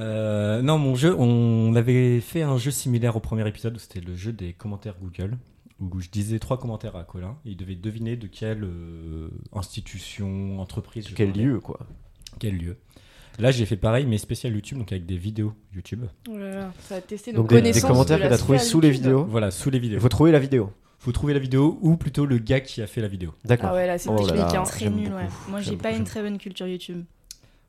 Euh, non, mon jeu, on avait fait un jeu similaire au premier épisode où c'était le jeu des commentaires Google, où je disais trois commentaires à Colin. Il devait deviner de quelle euh, institution, entreprise. je Quel parlais. lieu, quoi. Quel lieu. Là, j'ai fait pareil, mais spécial YouTube, donc avec des vidéos YouTube. Oh là là, ça a testé nos Donc, des, des connaissances. commentaires de que la t'as trouvé spirale sous les liquide. vidéos. Voilà, sous les vidéos. Il faut trouver la vidéo. faut trouver la vidéo ou plutôt le gars qui a fait la vidéo. D'accord. Ah ouais, là, c'est Oh là technique. là. hein. Très j'aime nul, beaucoup. ouais. Moi, j'ai J'aime pas beaucoup. une très bonne culture YouTube.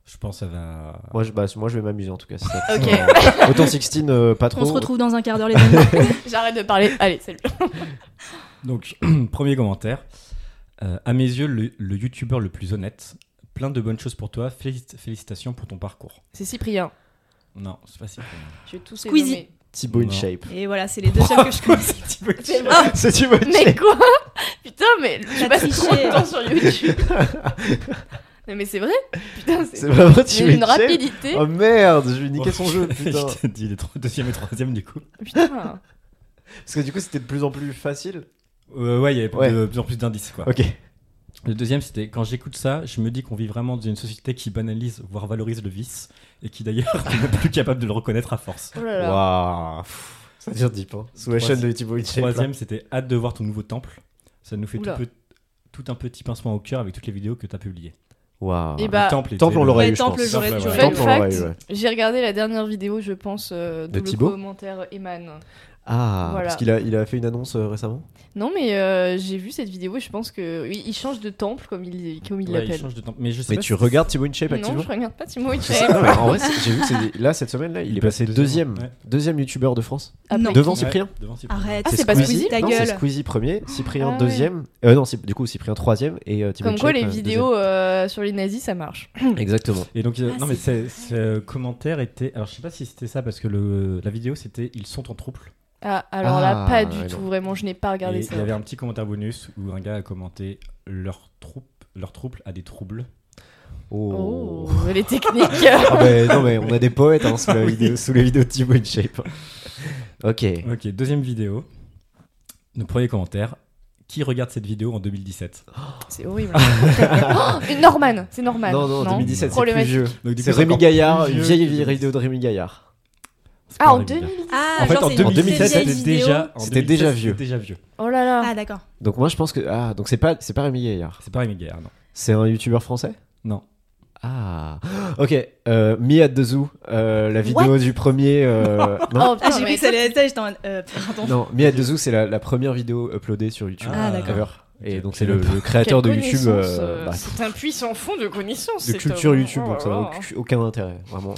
Je pense que ça va. Moi, je, bah, moi, je vais m'amuser en tout cas. Ok, Autant Sixteen, euh, pas trop. On se retrouve dans un quart d'heure, les amis. j'arrête de parler. Allez, salut. Donc, premier commentaire. Euh, à mes yeux, le, le youtubeur le plus honnête. Plein de bonnes choses pour toi. Félic- félicitations pour ton parcours. C'est Cyprien. Non, c'est pas si. cool. Je vais tous les Squeezie. nommer. Thibaut Non. InShape. Et voilà, c'est les deux seuls que je connais. C'est vrai. C'est Thibaut Ah, Mais InShape. quoi Putain, mais je T'as passe trop triché. de temps sur YouTube. non, mais c'est vrai Putain, C'est c'est vraiment j'ai Thibaut une InShape. rapidité. Oh merde, je vais niquer son jeu, putain. je te dis les trois, deuxième et troisième du coup. Putain. Parce que du coup, c'était de plus en plus facile. Euh, ouais, il y avait Ouais. de plus en plus d'indices quoi. Ah. Ok. Le deuxième, c'était quand j'écoute ça, je me dis qu'on vit vraiment dans une société qui banalise, voire valorise le vice, et qui d'ailleurs n'est plus capable de le reconnaître à force. Oh là là. Waouh. pff, Ça dure deep, hein. Sous la Troisième- chaîne de Thibaut InShape. là. Troisième, c'était hâte de voir ton nouveau temple. Ça nous fait tout, Oula. peu- tout un petit pincement au cœur avec toutes les vidéos que t'as publiées. Waouh. Et bah, temple, était Temple, on le- l'aurait Ouais, eu, je Temple, pense. j'aurais Temple, j'aurais- Fun Temple, on l'aurait fact, eu, ouais. J'ai regardé la dernière vidéo, je pense, euh, De double Thibaut commentaire Eman. Ah, Voilà. parce qu'il a, il a fait une annonce euh, récemment Non, mais euh, j'ai vu cette vidéo et je pense que. Oui, il change de temple, comme il comme il Ouais, il l'appelle. change de temple. Mais je sais Mais pas tu si- regardes Thibaut InShape Non, activement je regarde pas Timo Je sais Hitchens. pas, mais en vrai, c'est- j'ai vu, c'est- là, cette semaine, là, il, est passé deuxième, ouais. deuxième youtubeur de France. Après, Non. qui- Devant Ouais, Cyprien devant Cyprien. Arrête. Ah, c'est pas Squeezie Ta Non, c'est gueule. Squeezie premier, Cyprien Ah ouais. deuxième. Euh, non, c'est- du coup, Cyprien troisième et euh, Thibaut Comme quoi, Inchep, les euh, vidéos euh, sur les nazis, ça marche. deuxième. Exactement. Et donc, euh, Ah, non, mais c'est- ce commentaire était. Alors, je sais pas si c'était ça, parce que le, la vidéo, c'était Ils sont en trouble. Ah, alors là, Ah, pas du ouais, tout, non. vraiment, je n'ai pas Et regardé ça. il y avait un petit commentaire bonus où un gars a commenté Leur troupe, leur trouble a des troubles. Oh. Oh, les techniques. Ah, mais, non, mais on a des poètes hein, sous, la vidéo, sous les vidéos de Thibaut InShape. ok. Ok, deuxième vidéo. Le premier commentaire. Qui regarde cette vidéo en 2017 c'est horrible. Oh, mais Norman, c'est Norman. Non, non, 2017, c'est plus Problématique. vieux. Donc, du coup, c'est C'est Rémi encore plus Gaillard, une vieux vieille que vieille 2017. vidéo de Rémi Gaillard. C'est pas Ah, en Rémi Gaillard. 2000 Ah, en fait, genre, en c'est une 2017, vieille c'était déjà, vidéo. en C'était 2017, déjà vieux. c'était déjà vieux. Oh là là. Ah, d'accord. Donc, moi, je pense que. Ah, donc c'est pas, c'est pas Rémi Gaillard. C'est pas Rémi Gaillard, non. C'est un youtubeur français Non. Ah, ok. Euh, Me at the Zoo, euh, la vidéo du premier. euh, non, Oh, putain, Ah, j'ai cru mais que ça allait être ça, j'étais en mode, euh, pardon. non, Me at the Zoo, c'est la, la première vidéo uploadée sur YouTube. Ah, d'accord. ever. Ok. Et donc, c'est le, le créateur de Quelle YouTube. connaissance, euh, euh, bah, c'est un puissant fond de connaissances. de c'est culture hein. un- YouTube, oh donc ça là n'a là. aucun, aucun intérêt, vraiment.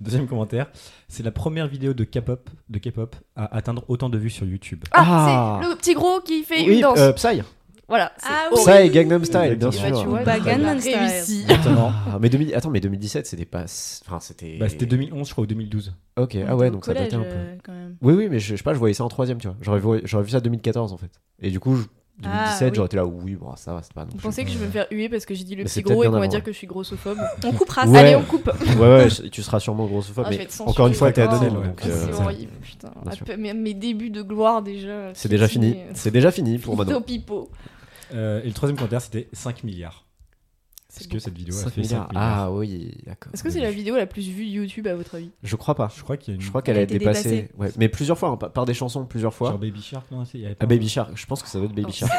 Deuxième commentaire. C'est la première vidéo de K-pop, de K-pop à atteindre autant de vues sur YouTube. Ah, Ah. c'est le petit gros qui fait une oui, danse. euh, Psy. Voilà. Ah c'est oui. Psy et Gangnam Style, bien Exactement. sûr. horrible. Ouais, tu vois, Bah, donc, Gangnam voilà. Style. réussi. Exactement. Ah, mais 2000 Attends, mais 2017, c'était pas. Enfin, c'était. Bah, c'était 2011, je crois, ou 2012. Ok, On ah était ouais, au donc ça datait un collège, peu. euh, quand même. Oui, oui, mais je, je sais pas, je voyais ça en troisième, tu vois. J'aurais vu, j'aurais vu ça 2014 en fait. Et du coup, je- 2017, Ah, oui. j'aurais été là, oui, bon, ça va, c'est pas non Vous plus. pensez que je vais me faire huer parce que j'ai dit Mais le petit Bah, c'est peut-être gros et bien qu'on va avant, dire ouais. que je suis grossophobe On coupera ça. Ouais. Allez, on coupe. ouais, ouais, je- tu seras sûrement grossophobe, Ah, je mais vais être encore une fois, censurée. t'es Oh, adonné. ouais. donc, Ah, euh, C'est ça- horrible, putain. Bien sûr. Après, mes, mes débuts de gloire déjà. c'est déjà fini. C'est déjà fini pour Pito Manon. pipo. Euh, et le troisième commentaire, c'était 5 milliards. Parce C'est que beau. cette vidéo a 5 fait milliards. 5 milliards. Ah oui, d'accord. Est-ce que c'est la vidéo la plus vue de YouTube à votre avis Je crois pas. Je crois qu'il y a une. Ah. Je crois qu'elle Elle a a été dépassé. dépassée. Ouais, mais plusieurs fois, hein, par par des chansons, plusieurs Sur fois. Baby Shark, non il y avait pas Ah, un- Baby Shark, je pense que ça doit être Baby Oh. Shark.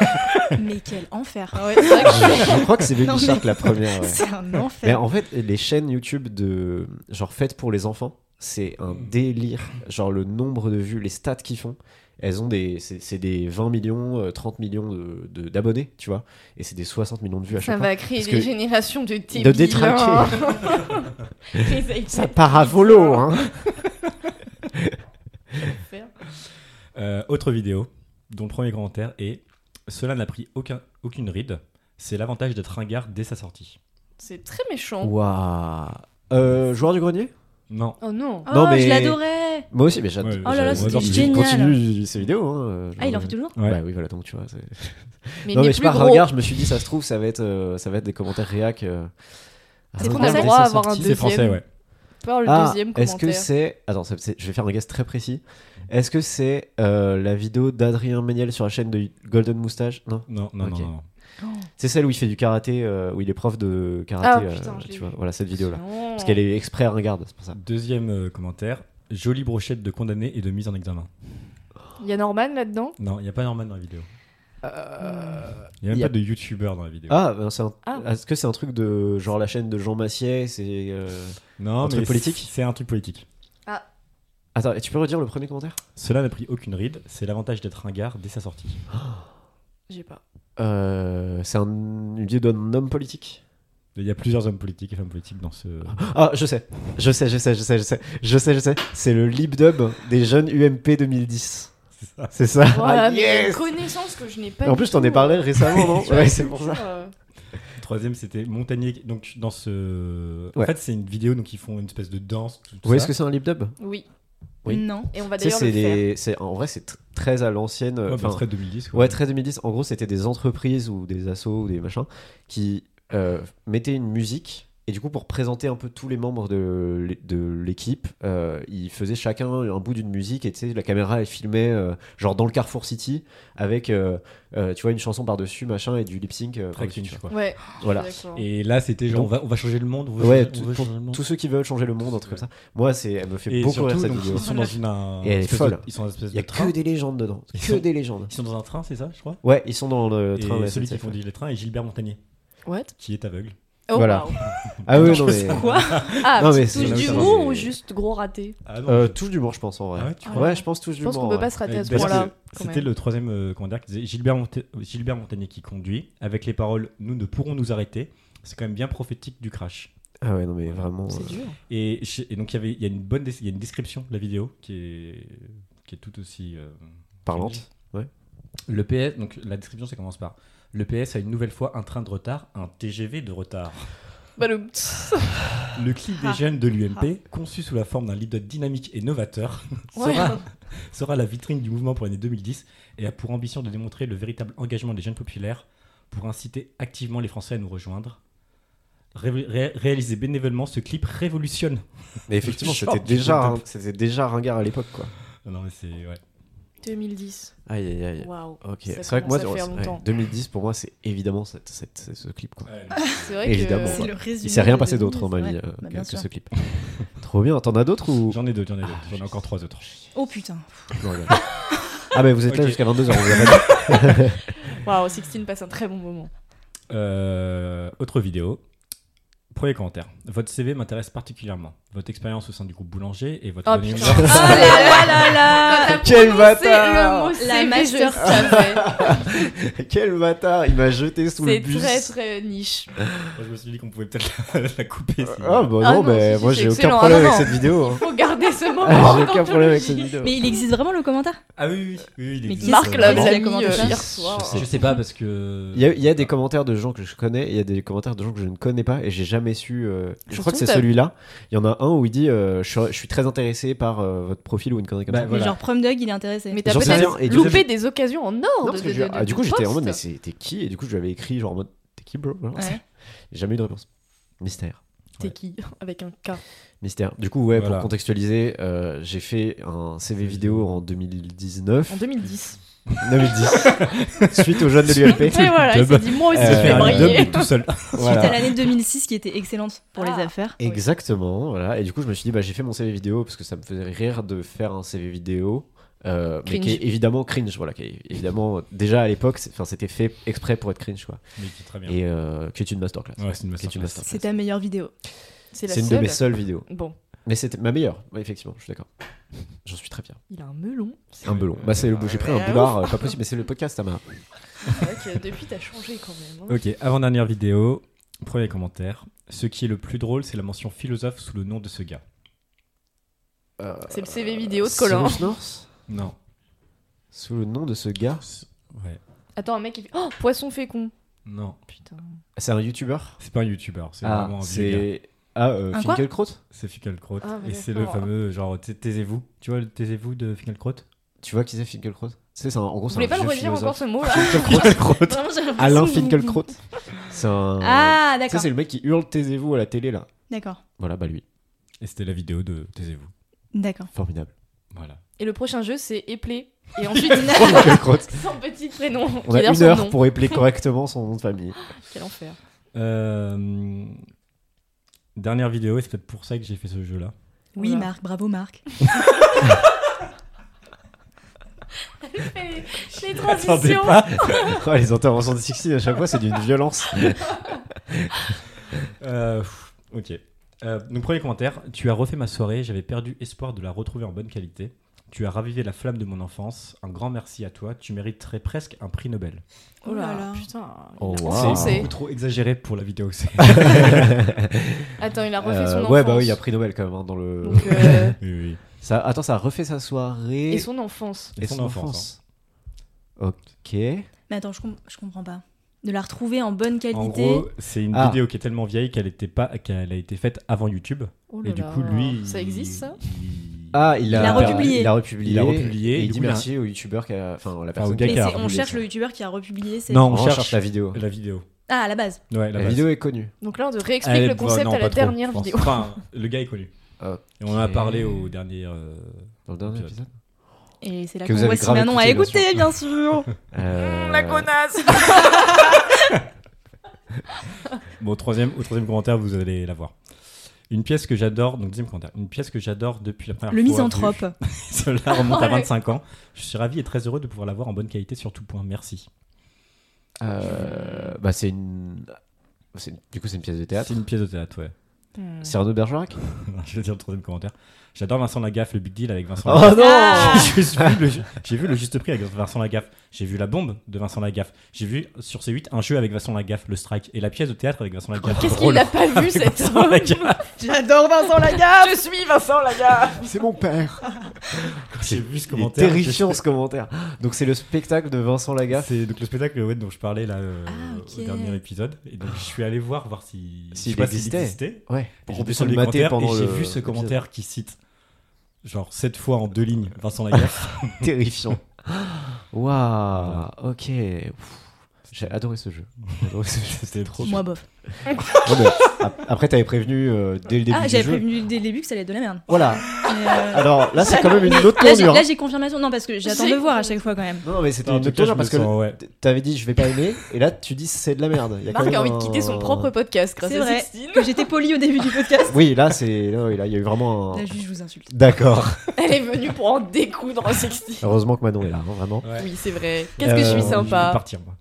Mais quel enfer. Ah ouais, c'est vrai que je- Je crois que c'est Non, Baby mais- Shark la première. ouais. C'est un Mais enfer. en fait, les chaînes YouTube de genre faites pour les enfants, c'est un Hmm. délire. Genre le nombre de vues, les stats qu'ils font, elles ont des, c'est c'est des 20 millions, euh, 30 millions de- de- d'abonnés, tu vois, et c'est des 60 millions de vues à Ça chaque va créer Parce des que- générations de débiles. de détraqués. hein. fois. Ça part à volo, hein. Euh, autre vidéo, dont le premier commentaire est Cela n'a pris aucun, aucune ride. C'est l'avantage d'être ringard dès sa sortie. C'est très méchant. Waouh. Euh, joueur du grenier. Non. Oh non. Oh, Non, mais- je l'adorais. Moi aussi, mais j'adore. Ouais, Oh là là, j'adore c'était ce Il jeu. génial. Continue ses vidéos. Hein, euh, Ah, il en genre, fait toujours Ouais. Bah oui, voilà, donc tu vois. c'est- Mais non, mais il je est sais plus pas, gros. regarde, je me suis dit, ça se trouve, ça va être, euh, ça va être des commentaires réac. euh, Est-ce avant qu'on a le dès droit sa à avoir sortie. un Si, deuxième c'est français, ouais. Par le Ah, deuxième est-ce que commentaire. c'est. Attends, ça- c'est- je vais faire un guess très précis. Est-ce que c'est euh, la vidéo d'Adrien Méniel sur la chaîne de Golden Moustache Non Non, non, Ok. non, non. Oh, C'est celle où il fait du karaté, euh, où il est prof de Ah, karaté. putain, euh, je l'ai tu vu. vois, voilà cette vidéo là. Parce qu'elle est exprès ringarde, c'est pour ça. Deuxième euh, commentaire. Jolie brochette de condamnés et de mise en examen. Il y a Norman là-dedans Euh, Non, il n'y a pas Norman dans la vidéo. Euh, Il n'y a même y a- pas de youtubeur dans la vidéo. Ah, ben, c'est un- Ah. est-ce que c'est un truc de genre la chaîne de Jean Massier C'est euh, non, un truc mais politique c'est- C'est un truc politique. attends, tu peux redire le premier commentaire Cela n'a pris aucune ride. C'est l'avantage d'être ringard dès sa sortie. J'ai pas. Euh, C'est un, une vidéo d'un homme politique. Il y a plusieurs hommes politiques et femmes politiques dans ce. Ah, je sais, je sais, je sais, je sais, je sais, je sais, je sais. C'est le lip dub des jeunes UMP 2010. C'est ça. C'est ça. Voilà, Ah, mais yes connaissance que je n'ai pas. En du plus, je t'en ai tout, parlé euh, récemment, non sur la Ouais, c'est pour ça. culture, euh, Troisième, c'était Montagnier. Donc, dans ce. En Ouais. fait, c'est une vidéo, donc ils font une espèce de danse. Tout, tout Vous voyez ça. ce que c'est un lip dub Oui. Oui. Non. Et on va Tu sais, Bah, d'ailleurs le c'est faire. des- c'est- en vrai, c'est tr- très à l'ancienne. Ouais, bah, enfin, après 2010. quoi. Ouais, très 2010. En gros, c'était des entreprises ou des assos ou des machins qui euh, mettaient une musique. Et du coup, pour présenter un peu tous les membres de, l'é- de l'équipe, euh, ils faisaient chacun un bout d'une musique. Et tu sais, la caméra, elle filmait euh, genre dans le Carrefour City avec, euh, euh, tu vois, une chanson par-dessus, machin, et du lip sync. euh, Très par-dessus, cringe, tu vois. quoi. Ouais. Voilà. d'accord. Et là, c'était genre, Donc- on va, on va changer le monde. On veut Ouais, changer, tout- on veut pour changer le monde. Tous ceux qui veulent changer le monde, un truc Ouais. comme ça. Moi, c'est, elle me fait Et beaucoup surtout, rire cette donc, vidéo. ils sont dans une. un- Et elle est espèce folle. de- ils sont dans une espèce Il y a de train. que des légendes dedans. Ils Que sont- des légendes. Ils sont dans un train, c'est ça, je crois Ouais, ils sont dans le Et train. ouais, celui qui SNCF, ouais. conduit les trains est Gilbert Montagnier, What qui est aveugle. Oh, Voilà. wow. Ah oui, non, mais. Quoi Ah, Non, mais petite c'est- touche c'est- d'humour c'est- ou juste gros raté Ah non, Euh, je- touche d'humour, je pense en vrai. Ah ouais, tu Ah crois ouais. ouais, je pense touche Je d'humour. pense qu'on peut ouais. pas se rater à ce Parce que point-là. quand C'était même. le troisième euh, comment dire, qui disait Gilbert, Monta- Gilbert Montagnier qui conduit, avec les paroles Nous ne pourrons nous arrêter. C'est quand même bien prophétique du crash. Ah ouais, non, mais vraiment. euh, C'est dur. Et, je- et donc, il y avait- il y, a une bonne des- il y a une description de la vidéo qui est, qui est tout aussi. euh, Parlante. Le PS, donc la description, ça commence par Le PS a une nouvelle fois un train de retard, un TGV de retard. Bah, le- Le clip des jeunes de l'UMP, conçu sous la forme d'un leader dynamique et novateur, Ouais. sera, sera la vitrine du mouvement pour l'année 2010 et a pour ambition de démontrer le véritable engagement des jeunes populaires pour inciter activement les Français à nous rejoindre. Ré- ré- réaliser bénévolement ce clip révolutionne. Mais effectivement, Genre, c'était déjà, je te rin- c'était déjà ringard à l'époque, quoi. Non, mais c'est. Ouais. 2010 Aïe, aïe, aïe. Waouh. Ok, Ça c'est vrai que moi, commence à ouais, faire c'est- longtemps. Bah, ouais, 2010, pour moi, c'est évidemment cette- cette- c'est ce clip, quoi. C'est vrai Évidemment. que. C'est le résumé. Il s'est rien de passé d'autre dans 2010, ma vie ouais. euh, Bah, que- bien que, sûr. ce clip. Trop bien. T'en as d'autres ou J'en ai deux, j'en ai deux. J'en ai encore trois autres. Oh putain. Non, regarde. Ah, mais vous êtes là Ok. jusqu'à 22h. on vous a pas dit. Waouh, Sixtine passe un très bon moment. Euh, autre vidéo. Premier commentaire. Votre CV m'intéresse particulièrement. Votre expérience au sein du groupe Boulanger et votre Oh, bonne putain. humeur- Ah là là là là Bah, Quel prononcé bâtard le mot La CV, majeure je savais. Quel bâtard Il m'a jeté sous le C'est bus. très très niche. Moi, je me suis dit qu'on pouvait peut-être la, la couper. si- Ah, bah non, Ah non, mais si, si, moi, c'est j'ai aucun excellent. Ah, problème non, avec non. cette vidéo. hein. Faut garder ce moment. J'ai aucun problème avec cette d'anthologie. vidéo. Mais il existe vraiment le commentaire Ah oui, oui, oui, oui, il Mais existe, Marc euh, Marc l'a vraiment. Lamy, mis comment euh, ça hier soir. Je sais pas parce que. Il y, a, il y a des commentaires de gens que je connais, il y a des commentaires de gens que je ne connais pas et j'ai jamais su. euh, je Surtout crois que c'est t'as- celui-là. Il y en a un où il dit euh, je, suis, je suis très intéressé par euh, votre profil ou une connerie comme Bah, ça. ouais. Voilà. Mais genre Prom Dog, il est intéressé. Mais t'as J'en sais rien, et peut-être du coup, loupé j'ai- des occasions en Non, or de, parce que de- je- de- ah, de du coup, j'étais en mode mais poste. c'est- t'es qui Et du coup, je lui avais écrit genre en mode t'es qui, bro Voilà. Ouais. J'ai jamais eu de réponse. Mystère. T'es qui Avec un K. Mystère. Du coup, ouais, Voilà. pour contextualiser, euh, j'ai fait un CV vidéo en 2019. En 2010. 2010. suite aux jeunes de l'ULP. Et voilà, Oh, il Dub. s'est dit moi aussi Euh, je vais faire un briller. mais tout seul. Suite à voilà. l'année 2006 qui était excellente pour Ah. les affaires. Oui. Exactement, voilà. Et du coup, je me suis dit, bah, j'ai fait mon CV vidéo parce que ça me faisait rire de faire un CV vidéo, euh, mais Cringe. qui est évidemment cringe, voilà. Qui est évidemment, déjà à l'époque, c'est- enfin, c'était fait exprès pour être cringe, quoi. Mais c'est très bien. Et euh, qui est une masterclass. Ouais, c'est une Qui est masterclass. une masterclass. C'est ta meilleure vidéo. C'est la C'est une de seule. mes seules vidéos. Bon, Mais c'était ma meilleure, ouais, effectivement, je suis d'accord. J'en suis très fier. il a un melon. C'est Un belon. Bah, c'est le, j'ai pris un Ah, boulard, euh, pas possible, mais c'est le podcast, ça m'a. vrai que depuis t'as changé quand même. hein. Ok, avant-dernière vidéo. Premier commentaire. Ce qui est le plus drôle, c'est la mention philosophe sous le nom de ce gars. C'est le CV vidéo de Colin. Cyrus North Non. Sous le nom de ce gars. Ouais. Attends, un mec il fait Oh, poisson fécond. Non. Putain. C'est un youtubeur. C'est pas un youtubeur, c'est Ah, vraiment un vieux gars. c'est. Ah, euh, Un quoi Finkielkraut C'est Finkielkraut. Ah, mais et c'est le d'accord. fameux genre t- taisez-vous. Tu vois le taisez-vous de Finkielkraut Tu vois qui c'est Finkelkraut C'est c'est un, en gros, Vous c'est un voulez pas le vieux redire encore philosophe. ce mot là Finkielkraut. Vraiment, j'ai l'impression Alain que vous- Finkielkraut. C'est un. Ah, ça, d'accord. c'est le mec qui hurle taisez-vous à la télé là. D'accord. Voilà, bah lui. Et c'était la vidéo de taisez-vous. D'accord. Formidable. Voilà. Et le prochain jeu c'est Éplé Et ensuite, Quelle crotte. son petit prénom. On a Quel est une son heure nom pour épeler correctement son nom de famille. Quel enfer. Euh, Dernière vidéo, et c'est peut-être pour ça que j'ai fait ce jeu-là. Oui, Voilà. Marc, bravo Marc. Les, les Attendez transitions. pas. Oh, les interventions de Sixty à chaque fois, c'est d'une violence. Euh, pff, ok. Euh, donc, premier commentaire. Tu as refait ma soirée. J'avais perdu espoir de la retrouver en bonne qualité. Tu as ravivé la flamme de mon enfance. Un grand merci à toi. Tu mériterais presque un prix Nobel. Oh là Oh là là. là. Putain. Oh, il a wow. encensé. Beaucoup trop exagéré pour la vidéo. c'est- Attends, il a refait son Euh, enfance. ouais, bah oui, il y a pris Nobel quand même hein, dans le. Donc, euh, Oui, oui. Ça, attends, ça a refait sa soirée et son enfance. Et son enfance, hein. Ok. Mais attends, je, com- je comprends pas. De la retrouver en bonne qualité. En gros, c'est une Ah. vidéo qui est tellement vieille qu'elle était pas, qu'elle a été faite avant YouTube. Oh là Et du là. coup, lui, Ça il- existe ça il- Ah, il l'a a republié. Il a republié. Il l'a republié, Et et il du dit coup, il a- merci au youtubeur qui a. Enfin, la personne gars Mais qui qui a a. c'est- on republié cherche ça. le youtubeur qui a republié ses. Non, On on cherche cherche la vidéo. la vidéo. Ah, à la base. Ouais, La base. vidéo est connue. Donc là, on te Elle Eh réexplique est- le bah concept non, à pas la trop, dernière je pense. vidéo. Enfin, le gars est connu. Ok. Et on en a parlé au dernier. euh, Dans le dernier Ok. épisode. Et c'est là Que qu'on vous avez voit si grave Manon a écouté, écouté, bien sûr. Mmh, la Bon, au troisième, au troisième commentaire, vous allez la voir. Une pièce que j'adore, donc deuxième commentaire, une pièce que j'adore depuis la première le fois. misanthrope. vue. Cela remonte à Ouais. 25 ans. Je suis ravi et très heureux de pouvoir la voir en bonne qualité sur tout point. Merci. Euh, bah c'est une... c'est une- Du coup, c'est une pièce de théâtre. C'est une pièce de théâtre, ouais. Hmm. Cyrano de Bergerac Je vais dire le troisième commentaire. J'adore Vincent Lagaffe, le big deal avec Vincent Oh Lagaffe. non Ah J'ai juste vu le ju- J'ai vu, le juste prix avec Vincent Lagaffe. J'ai vu la bombe de Vincent Lagaffe. J'ai vu sur C8 un jeu avec Vincent Lagaffe, le strike, et la pièce de théâtre avec Vincent Lagaffe. Qu'est-ce Oh qu'il n'a pas vu cet Vincent homme Lagaffe. J'adore Vincent Lagaffe. Je suis Vincent Lagarde. C'est mon père J'ai vu ce Il est commentaire. terrifiant ce commentaire Donc, c'est le spectacle de Vincent Lagaffe. C'est donc le spectacle ouais, dont je parlais là euh, Ah, ok. au dernier épisode. Et donc je suis allé voir voir si S'il je sais pas s'il existait. Ouais. Pour J'ai qu'on dû puisse se le mater pendant et j'ai le- vu ce l'épisode. commentaire qui cite genre sept fois en deux lignes Vincent Ah, Lagaffe. Terrifiant. Waouh Ok. Ouf. J'ai adoré ce jeu. J'ai adoré ce jeu. C'était trop. Moi, bof. Bon, mais ap- après, t'avais prévenu euh, dès le début Ah, du j'avais jeu. Ah, prévenu dès le début que ça allait être de la merde. Voilà. Mais, euh, Alors là, c'est quand même une autre Là, j'ai- tournure. là, hein. j'ai confirmation. Non, parce que j'attends J'ai de voir à chaque fois quand même. Non, mais c'était Non, en une tout autre cas, je tournure me parce que sens, ouais. t'avais dit je vais pas aimer et là tu dis c'est de la merde. Il y a quand Marc même a envie de quitter un- son propre podcast grâce C'est à vrai. Sixtine. Que j'étais polie au début du podcast. Oui, là c'est là, oui, là, il y a eu vraiment un Là, juste, je vous insulte. D'accord. Elle est venue pour en découdre, Sixtine. Heureusement que Manon est là, hein, vraiment. Ouais. Oui, c'est vrai. Qu'est-ce Euh, que je suis Je vais sympa. partir moi.